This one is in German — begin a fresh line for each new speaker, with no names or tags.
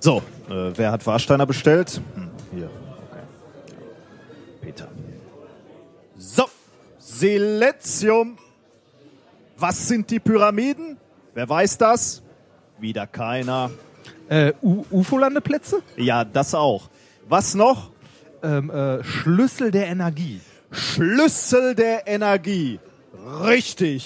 So, äh, wer hat Warsteiner bestellt? Hm, hier. Okay. Peter. So, Silentium. Was sind die Pyramiden? Wer weiß das? Wieder keiner.
Äh, U- UFO-Landeplätze?
Ja, das auch. Was noch?
Ähm, äh, Schlüssel der Energie.
Schlüssel der Energie. Richtig.